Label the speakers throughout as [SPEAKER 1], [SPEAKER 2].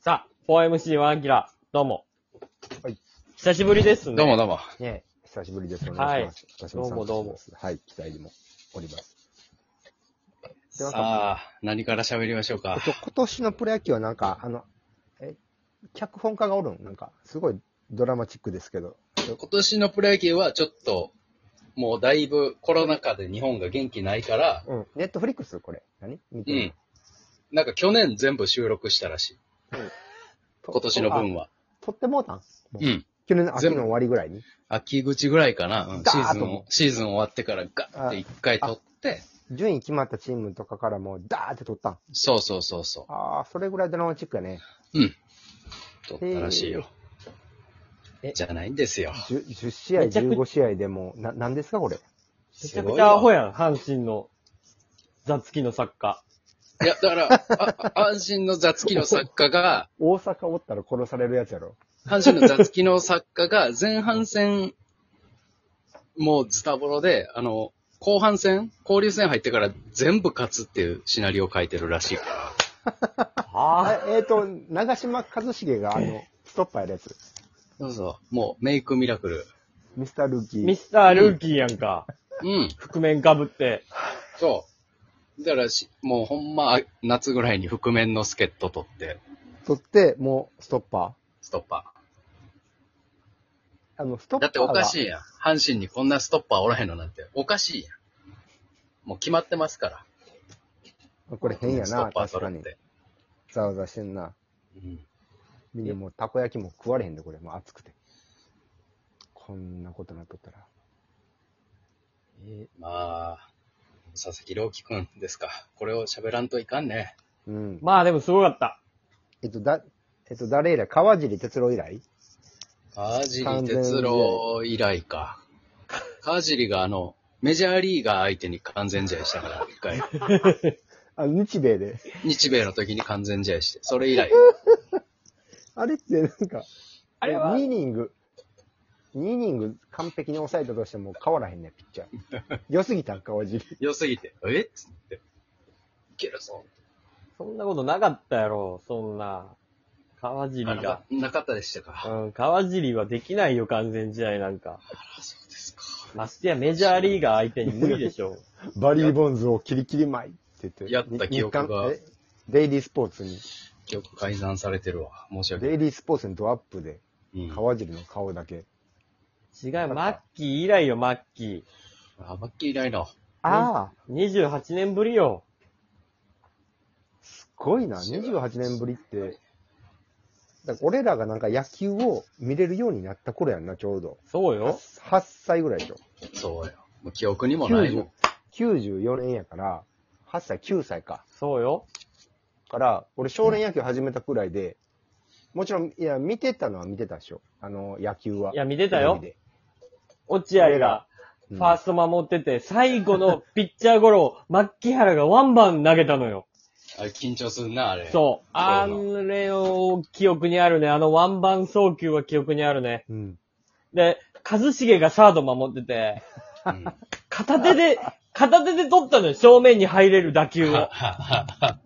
[SPEAKER 1] さあ、4MC はアキラ、どうも。
[SPEAKER 2] はい。
[SPEAKER 1] 久しぶりですね。
[SPEAKER 3] どうも。どうも。
[SPEAKER 2] ね久しぶりです。お
[SPEAKER 1] はい
[SPEAKER 2] 願いします。私
[SPEAKER 1] どうも
[SPEAKER 2] 参加
[SPEAKER 1] どうも
[SPEAKER 2] します。はい、期待にもおります。で、なんか、
[SPEAKER 3] さあ、何から喋りましょう
[SPEAKER 2] え
[SPEAKER 3] か
[SPEAKER 2] っ。と、今年のプロ野球はなんか、あの、え、脚本家がおるんなんか、すごいドラマチックですけど。
[SPEAKER 3] 今年のプロ野球はちょっと、もうだいぶコロナ禍で日本が元気ないから、
[SPEAKER 2] うん。ネットフリックスこれ。何見
[SPEAKER 3] う
[SPEAKER 2] てる
[SPEAKER 3] ん。なんか去年全部収録したらしい。
[SPEAKER 2] と
[SPEAKER 3] 今年の分は。
[SPEAKER 2] あ撮ってもうたんもう
[SPEAKER 3] うん。
[SPEAKER 2] 去年の秋
[SPEAKER 3] 全
[SPEAKER 2] の
[SPEAKER 3] 部
[SPEAKER 2] 終わりぐらいに。
[SPEAKER 3] 秋口ぐらいかな。うん、
[SPEAKER 2] ガ
[SPEAKER 3] シ
[SPEAKER 2] ーッと
[SPEAKER 3] ーズンを、シーズン終わってからガッて一回撮って、
[SPEAKER 2] 順位決まったチームとかからもうダーって撮ったん。
[SPEAKER 3] そうそうそうそ
[SPEAKER 2] ああ、それぐらいドラマチックやね。
[SPEAKER 3] う。うん。撮ったらしいよ。
[SPEAKER 1] え
[SPEAKER 3] じゃないんですよ。
[SPEAKER 2] 10, 10試合、
[SPEAKER 1] めちゃく
[SPEAKER 2] 15試合でもう、な、なんですかこれ。
[SPEAKER 1] め
[SPEAKER 3] す
[SPEAKER 1] ちゃ
[SPEAKER 3] ご
[SPEAKER 1] く
[SPEAKER 3] い
[SPEAKER 1] ちゃアホ
[SPEAKER 3] わ
[SPEAKER 1] やん、阪神の、座付きの作家。
[SPEAKER 3] いや、だから、ああ安心の雑記の作家が、
[SPEAKER 2] 大阪おったら殺されるやつやろ。
[SPEAKER 3] 阪神の雑記の作家が前半戦、もうズタボロで、あの、後半戦、交流戦入ってから全部勝つっていうシナリオを書いてるらしいから。
[SPEAKER 1] は
[SPEAKER 2] あ、えっ、と、長嶋一茂があの、ストッパーやるやつ。
[SPEAKER 3] そうそう。もうメイクミラクル。
[SPEAKER 2] ミスタールーキ
[SPEAKER 1] ミ
[SPEAKER 2] ー。
[SPEAKER 1] スタールーキーやんか。
[SPEAKER 3] うん。
[SPEAKER 1] 覆面かぶって。
[SPEAKER 3] そう。だからし、もうほんま、あ夏ぐらいに覆面の助っ人取って、
[SPEAKER 2] 取って、もう、ストッパ
[SPEAKER 3] ストッパ
[SPEAKER 2] ー。あの、スト
[SPEAKER 3] ー。
[SPEAKER 2] ッパ
[SPEAKER 3] だ
[SPEAKER 2] ー
[SPEAKER 3] っておかし
[SPEAKER 2] い。
[SPEAKER 3] いやん。阪神にこんなストッパーおらへんのなんて、おかしいやん。もう決まってますから。
[SPEAKER 2] これ変や
[SPEAKER 3] ストッ
[SPEAKER 2] な、
[SPEAKER 3] パー
[SPEAKER 2] 確か
[SPEAKER 3] 取るっ
[SPEAKER 2] に。
[SPEAKER 3] て。
[SPEAKER 2] ざわざわしてんな。
[SPEAKER 3] うん。
[SPEAKER 2] みんなもう、たこ焼きも食われへんで、これ。もう熱くて。こんなことなっとったら。
[SPEAKER 3] まあ、佐々木朗希くんですか。これを喋らんといかんね。
[SPEAKER 2] うん。
[SPEAKER 1] まあでもすごかった。
[SPEAKER 2] えっと、だ、えっと、誰以来川尻哲郎以来
[SPEAKER 3] 川尻哲郎以来か。川尻があの、メジャーリーガー相手に完全試合したから、一回。
[SPEAKER 2] あ、日米で。
[SPEAKER 3] 日米の時に完全試合して、それ以来。
[SPEAKER 2] あれって、なんか、
[SPEAKER 1] あれは
[SPEAKER 2] 2イニング、2イニング完璧に抑えたとしても変わらへんね、ピッチャー。良すぎたん、川尻。
[SPEAKER 3] 良すぎて、えっつって。いけるぞ。
[SPEAKER 1] そんなことなかったやろ、そんな。川尻
[SPEAKER 3] あ
[SPEAKER 1] が
[SPEAKER 3] なか。なかったでしたか。
[SPEAKER 1] うん、川尻はできないよ、完全試合なんか。
[SPEAKER 3] あそうですか。
[SPEAKER 1] ましてやメジャーリーガー相手に無理でしょ。
[SPEAKER 2] バリー・ボンズをキリキリ舞いって言って。
[SPEAKER 3] やった記憶が
[SPEAKER 2] 日刊えデイリースポーツに、
[SPEAKER 3] 記憶改ざんされてるわ。申し訳な
[SPEAKER 2] デ
[SPEAKER 3] い。
[SPEAKER 2] イリースポーツにドアップで、
[SPEAKER 3] うん、
[SPEAKER 2] 川尻の顔だけ。
[SPEAKER 1] 違う、マッキー以来よ、マッキ
[SPEAKER 3] あ、マッキー以来の。
[SPEAKER 2] ああ、
[SPEAKER 1] ー。28年ぶりよ。
[SPEAKER 2] すごいな。28年ぶりって。だから俺らがなんか野球を見れるようになった頃やんな、ちょうど。
[SPEAKER 1] そうよ。
[SPEAKER 2] 8歳ぐらいでしょ。
[SPEAKER 3] そうよ。もう記憶にもないもん。
[SPEAKER 2] 94年やから、8歳、9歳か。
[SPEAKER 1] そうよ。
[SPEAKER 2] から、俺少年野球始めたくらいで、もちろん、いや、見てたのは見てたでしょ。あの、野球は。
[SPEAKER 1] いや、見てたよ
[SPEAKER 2] テ。レビで。
[SPEAKER 1] 落合が
[SPEAKER 2] う
[SPEAKER 1] フ
[SPEAKER 2] ん
[SPEAKER 1] ァースト守ってて、最後のピッチャーゴロ、 牧原がワンバン投げたのよ。
[SPEAKER 3] あれ緊張するな、あれ。
[SPEAKER 1] そう。あ
[SPEAKER 3] そう
[SPEAKER 1] れを記憶にあるね。あのワンバン送球は記憶にあるね。
[SPEAKER 2] うん。
[SPEAKER 1] で、一茂がサード守ってて、
[SPEAKER 3] う。うん
[SPEAKER 1] 片手 で、片手で取ったのよ。正面に入れる打 球を。あ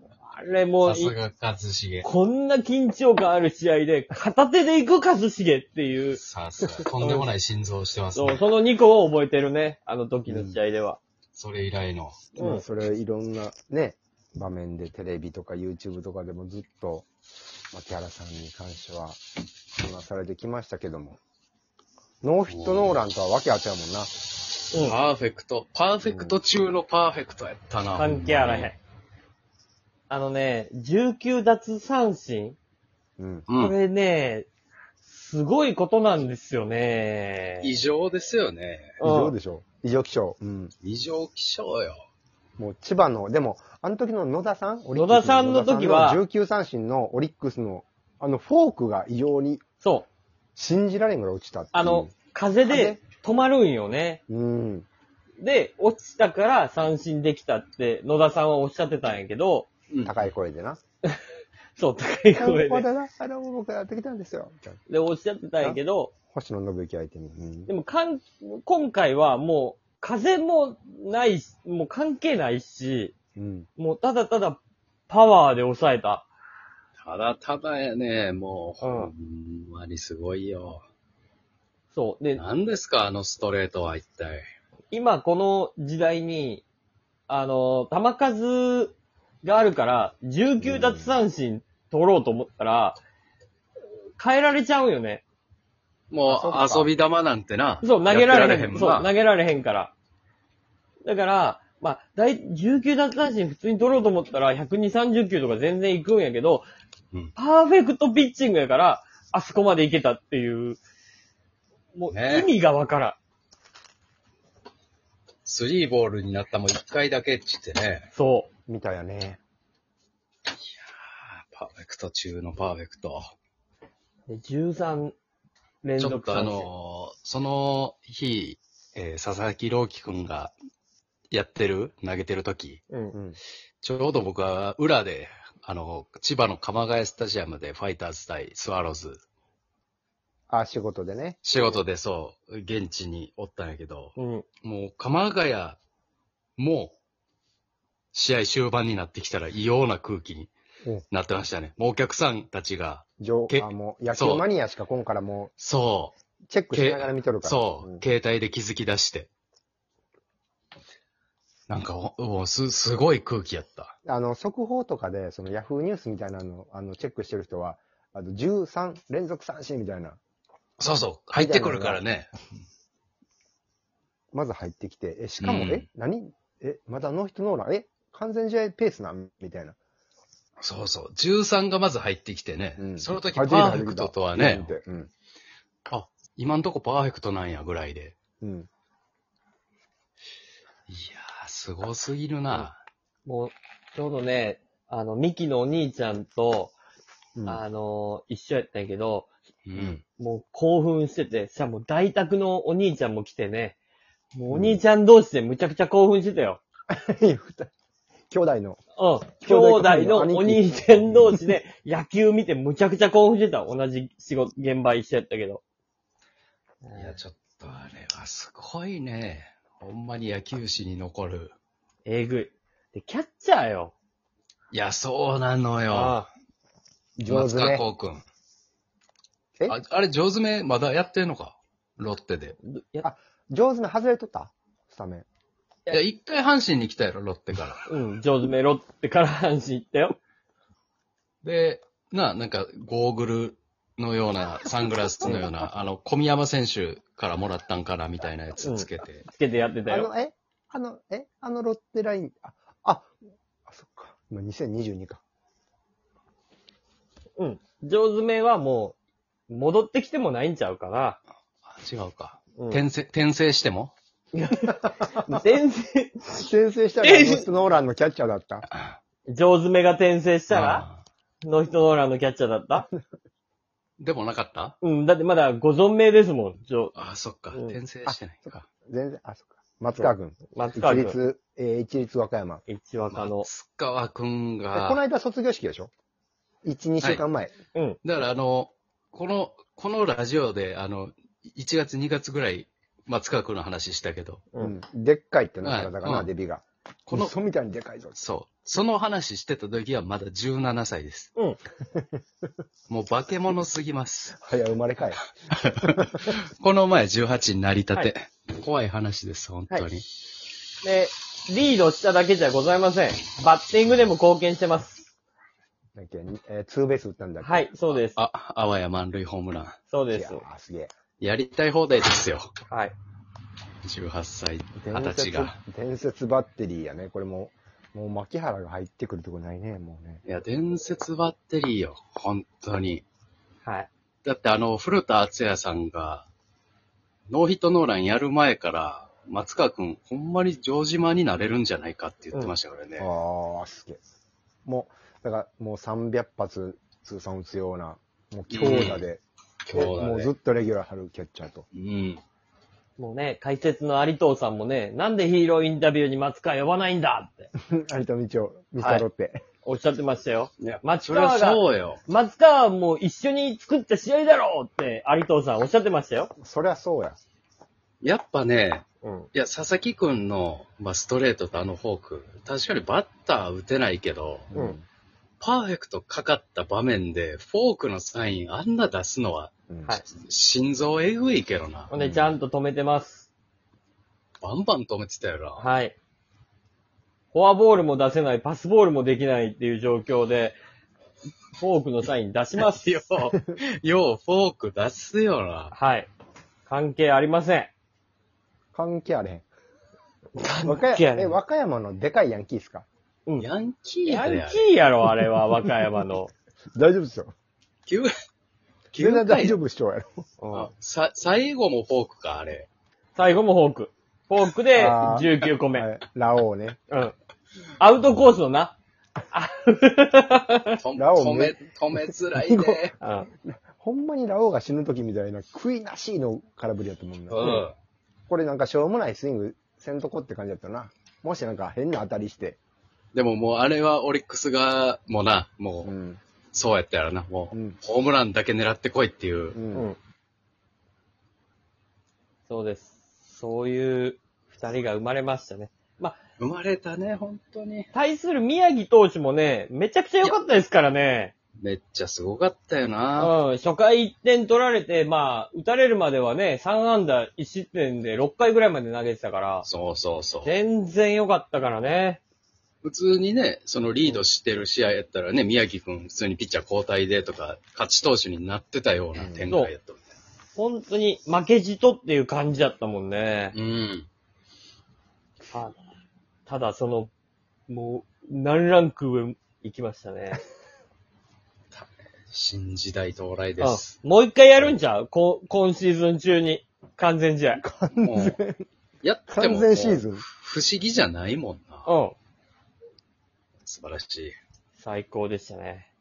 [SPEAKER 1] れもう
[SPEAKER 3] さ、すが一茂。
[SPEAKER 1] こんな緊張感ある試合で、片手で行く一茂っていう。
[SPEAKER 3] さすが。とんでもない心臓をしてます
[SPEAKER 1] そう、
[SPEAKER 3] ね。
[SPEAKER 1] その2個を覚えてるね。あの時の試合では。
[SPEAKER 3] それ以来の。
[SPEAKER 2] でもそれ、いろんなね、場面でテレビとか YouTube とかでもずっと、牧原さんに関しては、話されてきましたけども。ノーヒットノーランとはわけあっちゃうもんな。
[SPEAKER 1] うん。
[SPEAKER 3] パーフェクト。パーフェクト中のパーフェクトやったな。
[SPEAKER 1] 関係あらへ
[SPEAKER 3] ほ
[SPEAKER 1] ん。あのね、19奪三振、
[SPEAKER 2] うん。
[SPEAKER 3] ん
[SPEAKER 1] こ
[SPEAKER 3] まに。うん。
[SPEAKER 1] れね、すごいことなんですよね。
[SPEAKER 3] 異常ですよね。
[SPEAKER 2] 異常でしょ。異常気象。うん。
[SPEAKER 3] 異常気象よ。
[SPEAKER 2] もう千葉の、でも、あの時の野田さん
[SPEAKER 1] 野田さんの時は
[SPEAKER 2] オリックスの野田さんの19三振のオリックスの、あの、フォークが異様に
[SPEAKER 1] そう。
[SPEAKER 2] 信じられんぐらい落ちたっていう。
[SPEAKER 1] あの、風で止まるんよね。
[SPEAKER 2] うん。
[SPEAKER 1] で、落ちたから三振できたって野田さんはおっしゃってたんやけど、
[SPEAKER 3] うん
[SPEAKER 2] 高い声でな。
[SPEAKER 1] そう、高い
[SPEAKER 2] こ
[SPEAKER 1] 声
[SPEAKER 2] こ
[SPEAKER 1] で。
[SPEAKER 2] だな、あれを僕がやってきたんですよ。みたいな
[SPEAKER 1] で、おっしゃってたんやけど、
[SPEAKER 2] 星野信之相手に。うん
[SPEAKER 1] でもかん、今回はもう、風もないし、もう関係ないし、
[SPEAKER 2] うん。
[SPEAKER 1] もうただただパワーで抑えた。
[SPEAKER 3] ただただやね、もう、
[SPEAKER 1] うん
[SPEAKER 3] ほんまにすごいよ。
[SPEAKER 1] そう。で、
[SPEAKER 3] 何ですか、あのストレートは一体。
[SPEAKER 1] 今この時代に、あの、球数があるから、19奪三振取ろうと思ったら、変えられちゃうよね。
[SPEAKER 3] も
[SPEAKER 2] あ
[SPEAKER 3] う
[SPEAKER 2] そっか
[SPEAKER 3] 遊び玉なんてな。
[SPEAKER 1] そう、投げられへ
[SPEAKER 3] やって
[SPEAKER 1] ん。
[SPEAKER 3] もん
[SPEAKER 1] そう、
[SPEAKER 3] な。
[SPEAKER 1] 投げられへんから。だから、まあ、大、19奪三振普通に取ろうと思ったら、120、30球とか全然いくんやけど、
[SPEAKER 3] うん
[SPEAKER 1] パーフェクトピッチングやから、あそこまでいけたっていう、もう
[SPEAKER 3] ね
[SPEAKER 1] 意味がわからん。
[SPEAKER 3] スリーボールになったもん一回だけっちってね。
[SPEAKER 1] そ
[SPEAKER 2] 見たよね。
[SPEAKER 3] あーパーフェクト中のパーフェクト。
[SPEAKER 1] う。で13連
[SPEAKER 3] ちょっ
[SPEAKER 1] 続
[SPEAKER 3] とあ
[SPEAKER 1] 三振。
[SPEAKER 3] のーその日、えー佐々木朗希くんがやってる、投げてる時、
[SPEAKER 1] うん
[SPEAKER 2] う。ん。
[SPEAKER 3] ちょうど僕は裏で、あの、千葉の鎌ヶ谷スタジアムでファイターズ対スワローズ、
[SPEAKER 2] あ、仕事でね。
[SPEAKER 3] 仕事でそう、現地におったんやけど、
[SPEAKER 1] うん。
[SPEAKER 3] もう鎌ヶ谷も、試合終盤になってきたら異様な空気になってましたね。もうお客さんたちが、
[SPEAKER 2] 上
[SPEAKER 3] け
[SPEAKER 2] あもう野球マニアしか今からも
[SPEAKER 3] そう
[SPEAKER 2] チェックしながら見とる
[SPEAKER 3] う、
[SPEAKER 2] から。
[SPEAKER 3] そう、
[SPEAKER 2] ん
[SPEAKER 3] 携帯で気づき出して。なんかお、もうす、すごい空気やった。
[SPEAKER 2] あの、速報とかで、そのヤフーニュースみたいなの、あの、チェックしてる人は、あの、13連続三振みたいな、
[SPEAKER 3] そうそう、入ってくるからね。
[SPEAKER 2] まず入ってきて、え、しかも、
[SPEAKER 3] うん
[SPEAKER 2] え、何え、まだノーヒットノーラン、え、完全試合ペースなんみたいな。
[SPEAKER 3] そうそう。13がまず入ってきてね。
[SPEAKER 2] うん
[SPEAKER 3] その時パ
[SPEAKER 2] 初めて
[SPEAKER 3] ー
[SPEAKER 2] 入っ
[SPEAKER 3] フ
[SPEAKER 2] てき
[SPEAKER 3] ェク
[SPEAKER 2] た
[SPEAKER 3] トとはね、
[SPEAKER 2] うん。
[SPEAKER 3] 今んとこパーフェクトなんやぐらいで。
[SPEAKER 2] うん。
[SPEAKER 3] いやー、すごすぎるな。
[SPEAKER 1] もう、ちょうどね、あの、ミキのお兄ちゃんと、
[SPEAKER 2] うん
[SPEAKER 1] あの、一緒やったんやけど、
[SPEAKER 3] うん。
[SPEAKER 1] もう興奮してて、しかも大宅のお兄ちゃんも来てね、もうお兄ちゃん同士でむちゃくちゃ興奮してたよ。
[SPEAKER 2] 兄弟の。
[SPEAKER 1] うん。兄
[SPEAKER 2] 兄弟
[SPEAKER 1] 弟のお兄ちゃん同士で野球見てむちゃくちゃ興奮してた。同じ仕事、現場一緒やったけど。
[SPEAKER 3] いや、ちょっとあれはすごいね。ほんまに野球史に残る。
[SPEAKER 1] えぐい。で、キャッチャーよ。
[SPEAKER 3] いや、そうなのよ。
[SPEAKER 1] あ
[SPEAKER 2] 上
[SPEAKER 3] 松
[SPEAKER 2] 手
[SPEAKER 3] 川
[SPEAKER 2] ね。
[SPEAKER 3] 幸くん。
[SPEAKER 2] え
[SPEAKER 3] ああれ、上手めまだやってんのかロッテで。
[SPEAKER 1] あ。や
[SPEAKER 2] 上手な外れとったスタメン。
[SPEAKER 3] いや、一回阪神に来たやろ、ロッテから。
[SPEAKER 1] うん、上手めろってから阪神行ったよ。
[SPEAKER 3] で、なあ、なんか、ゴーグルのような、サングラスのよ うな、あの、小宮山選手からもらったんかな、みたいなやつつけて。
[SPEAKER 1] つけてやってた
[SPEAKER 2] あ
[SPEAKER 1] よ。
[SPEAKER 2] の、えあの、えあのロッテライン、あ、あ、あそっか。今2022か。
[SPEAKER 1] うん。上手めはもう、戻ってきてもないんちゃうかな。
[SPEAKER 3] あ違うか。
[SPEAKER 1] うん、
[SPEAKER 3] 転生、転生しても
[SPEAKER 1] 転生、
[SPEAKER 2] 先制したらノーヒットノーランのキャッチャーだった。
[SPEAKER 1] 上手めが転生したら、
[SPEAKER 3] ああ
[SPEAKER 1] ノーヒットノーランのキャッチャーだった
[SPEAKER 3] でもなかった
[SPEAKER 1] うん、だってまだご存命ですもん、ちょ、
[SPEAKER 3] ああ、そっか。
[SPEAKER 1] うん
[SPEAKER 3] 転生してないか。
[SPEAKER 2] 全然、あ、そっか。松川君。
[SPEAKER 1] 松
[SPEAKER 2] 一
[SPEAKER 1] 川君。
[SPEAKER 2] 律、えー一律和歌山。
[SPEAKER 1] 一話かの。
[SPEAKER 3] 松川くん
[SPEAKER 2] でこの
[SPEAKER 3] が、
[SPEAKER 2] 間卒業式でしょ ?1、2週間前。
[SPEAKER 1] うん。
[SPEAKER 3] だからあの、この、このラジオで、あの、1月、2月ぐらい、松川くんの話したけど、
[SPEAKER 1] う
[SPEAKER 2] うんん。でっかいってな、
[SPEAKER 3] はい
[SPEAKER 2] 体がな、
[SPEAKER 3] うん
[SPEAKER 2] デビが。
[SPEAKER 3] こ
[SPEAKER 2] こ
[SPEAKER 3] の
[SPEAKER 2] の、、みたいにでかいぞ。
[SPEAKER 3] そう。その話してた時はまだ17歳です。
[SPEAKER 1] うん
[SPEAKER 3] もう化け物すぎます。
[SPEAKER 2] 早生まれ かい。
[SPEAKER 3] この前18になりたて。怖い話です、本当に。
[SPEAKER 2] はい
[SPEAKER 1] で、リードしただけじゃございません。バッティングでも貢献してます。
[SPEAKER 2] なんかえーツーベース打ったんだっけ
[SPEAKER 1] はい、そうです。
[SPEAKER 3] あ、あわや満塁ホームラン。
[SPEAKER 1] そう
[SPEAKER 2] い
[SPEAKER 1] で
[SPEAKER 2] や
[SPEAKER 1] す。
[SPEAKER 2] ー、すげえ。
[SPEAKER 3] やりたい放題ですよ。
[SPEAKER 1] はい。
[SPEAKER 3] 18歳、
[SPEAKER 2] 伝
[SPEAKER 3] 20歳
[SPEAKER 2] 説
[SPEAKER 3] が。、
[SPEAKER 2] 伝説バッテリーやね。これもう、もう牧原が入ってくるとこないね、もうね。
[SPEAKER 3] いや、伝説バッテリーよ。本当に。
[SPEAKER 1] はい。
[SPEAKER 3] だってあの、古田敦也さんが、ノーヒットノーランやる前から、松川くん、ほんまに城島になれるんじゃないかって言ってましたからね。
[SPEAKER 2] ああ、すげえ。もう、だからもう300発通算打つような、もう強打で、で
[SPEAKER 3] 強打で
[SPEAKER 2] もうずっとレギュラー張るキャッチャーと。
[SPEAKER 3] うん。
[SPEAKER 1] もうね、解説の有藤さんもね、なんでヒーローインタビューに松川呼ばないんだって
[SPEAKER 2] 有田道夫、ミスターロッテ。
[SPEAKER 1] おっしゃってましたよ。
[SPEAKER 3] いや
[SPEAKER 1] 松
[SPEAKER 3] それ
[SPEAKER 1] 川
[SPEAKER 3] は
[SPEAKER 1] が、
[SPEAKER 3] そうよ。
[SPEAKER 1] 松川も一緒に作った試合だろうって有藤さんおっしゃってましたよ。
[SPEAKER 2] そりゃそうや。
[SPEAKER 3] やっぱね、
[SPEAKER 1] うん。
[SPEAKER 3] いや、佐々木くんの、まあ、ストレートとあのフォーク、確かにバッター打てないけど、
[SPEAKER 1] うん
[SPEAKER 3] パーフェクトかかった場面で、フォークのサインあんな出すのは、
[SPEAKER 2] うん
[SPEAKER 1] はい
[SPEAKER 3] 心臓えぐいけどな
[SPEAKER 1] ほ。んで、ちゃんと止めてます。
[SPEAKER 3] バンバン止めてたよな。
[SPEAKER 1] はい。フォアボールも出せない、パスボールもできないっていう状況で、フォークのサイン 出しますよ。
[SPEAKER 3] よう、フォーク出すよな。
[SPEAKER 1] はい。関係ありません。
[SPEAKER 2] 関係あれへん。和歌
[SPEAKER 1] 係あ
[SPEAKER 2] 山、
[SPEAKER 1] れへ
[SPEAKER 2] え、
[SPEAKER 1] ん
[SPEAKER 2] 和歌山のでかいヤンキーっすか
[SPEAKER 1] うん。
[SPEAKER 3] ヤンキー
[SPEAKER 1] ヤ
[SPEAKER 3] やで
[SPEAKER 1] ン
[SPEAKER 3] あれ。
[SPEAKER 1] キーやろ、あれは、和歌山の。
[SPEAKER 2] 大丈夫ですよ。
[SPEAKER 3] 急、急
[SPEAKER 2] 全然大丈
[SPEAKER 3] 夫。
[SPEAKER 2] 夫しちょやろ。
[SPEAKER 1] うん
[SPEAKER 3] さ、最後もフォークか、あれ。
[SPEAKER 1] 最後もフォーク。フォークで
[SPEAKER 2] あー
[SPEAKER 1] 19個目。
[SPEAKER 2] はいラオウね。
[SPEAKER 1] うん。アウトコースのな。
[SPEAKER 3] と
[SPEAKER 2] ラオウ
[SPEAKER 3] 止め、止めづらいね。
[SPEAKER 1] うん。
[SPEAKER 2] ほんまにラオウが死ぬ時みたいな、悔いなしいの空振りやと思うんだ。
[SPEAKER 3] うん。
[SPEAKER 2] これなんかしょうもないスイングせんとこって感じだったな。もしなんか変な当たりして。
[SPEAKER 3] でももうあれはオリックスが、もうな、も
[SPEAKER 2] う
[SPEAKER 3] う、
[SPEAKER 2] ん。
[SPEAKER 3] そうやったやろな。もう、
[SPEAKER 2] うん。
[SPEAKER 3] ホームランだけ狙ってこいっていうう。
[SPEAKER 1] うんん。そうです。そういう二人が生まれましたね。
[SPEAKER 3] 生まれたね、本当に。
[SPEAKER 1] 対する宮城投手もね、めちゃくちゃ良かったですからね。
[SPEAKER 3] めっちゃすごかったよ
[SPEAKER 1] う
[SPEAKER 3] な。
[SPEAKER 1] ん。初回1点取られて、まあ、打たれるまではね、3安打1失点で6回ぐらいまで投げてたから、
[SPEAKER 3] そうそうそう。
[SPEAKER 1] 全然良かったからね。
[SPEAKER 3] 普通にね、そのリードしてる試合やったらね、宮城くん普通にピッチャー交代でとか、勝ち投手になってたような展開やった。
[SPEAKER 1] 本当に負けじとっていう感じだったもんね。
[SPEAKER 3] うん。
[SPEAKER 1] あただ、その、もう、何ランク上行きましたね。
[SPEAKER 3] 新時代到来です。
[SPEAKER 1] うんもう一回やるんちゃうこ今シーズン中に。完全試合。
[SPEAKER 3] もう やっても
[SPEAKER 2] 完全シーズン。
[SPEAKER 3] 不思議じゃないもんな。
[SPEAKER 1] うん。
[SPEAKER 3] 素晴らしい。
[SPEAKER 1] 最高でしたね。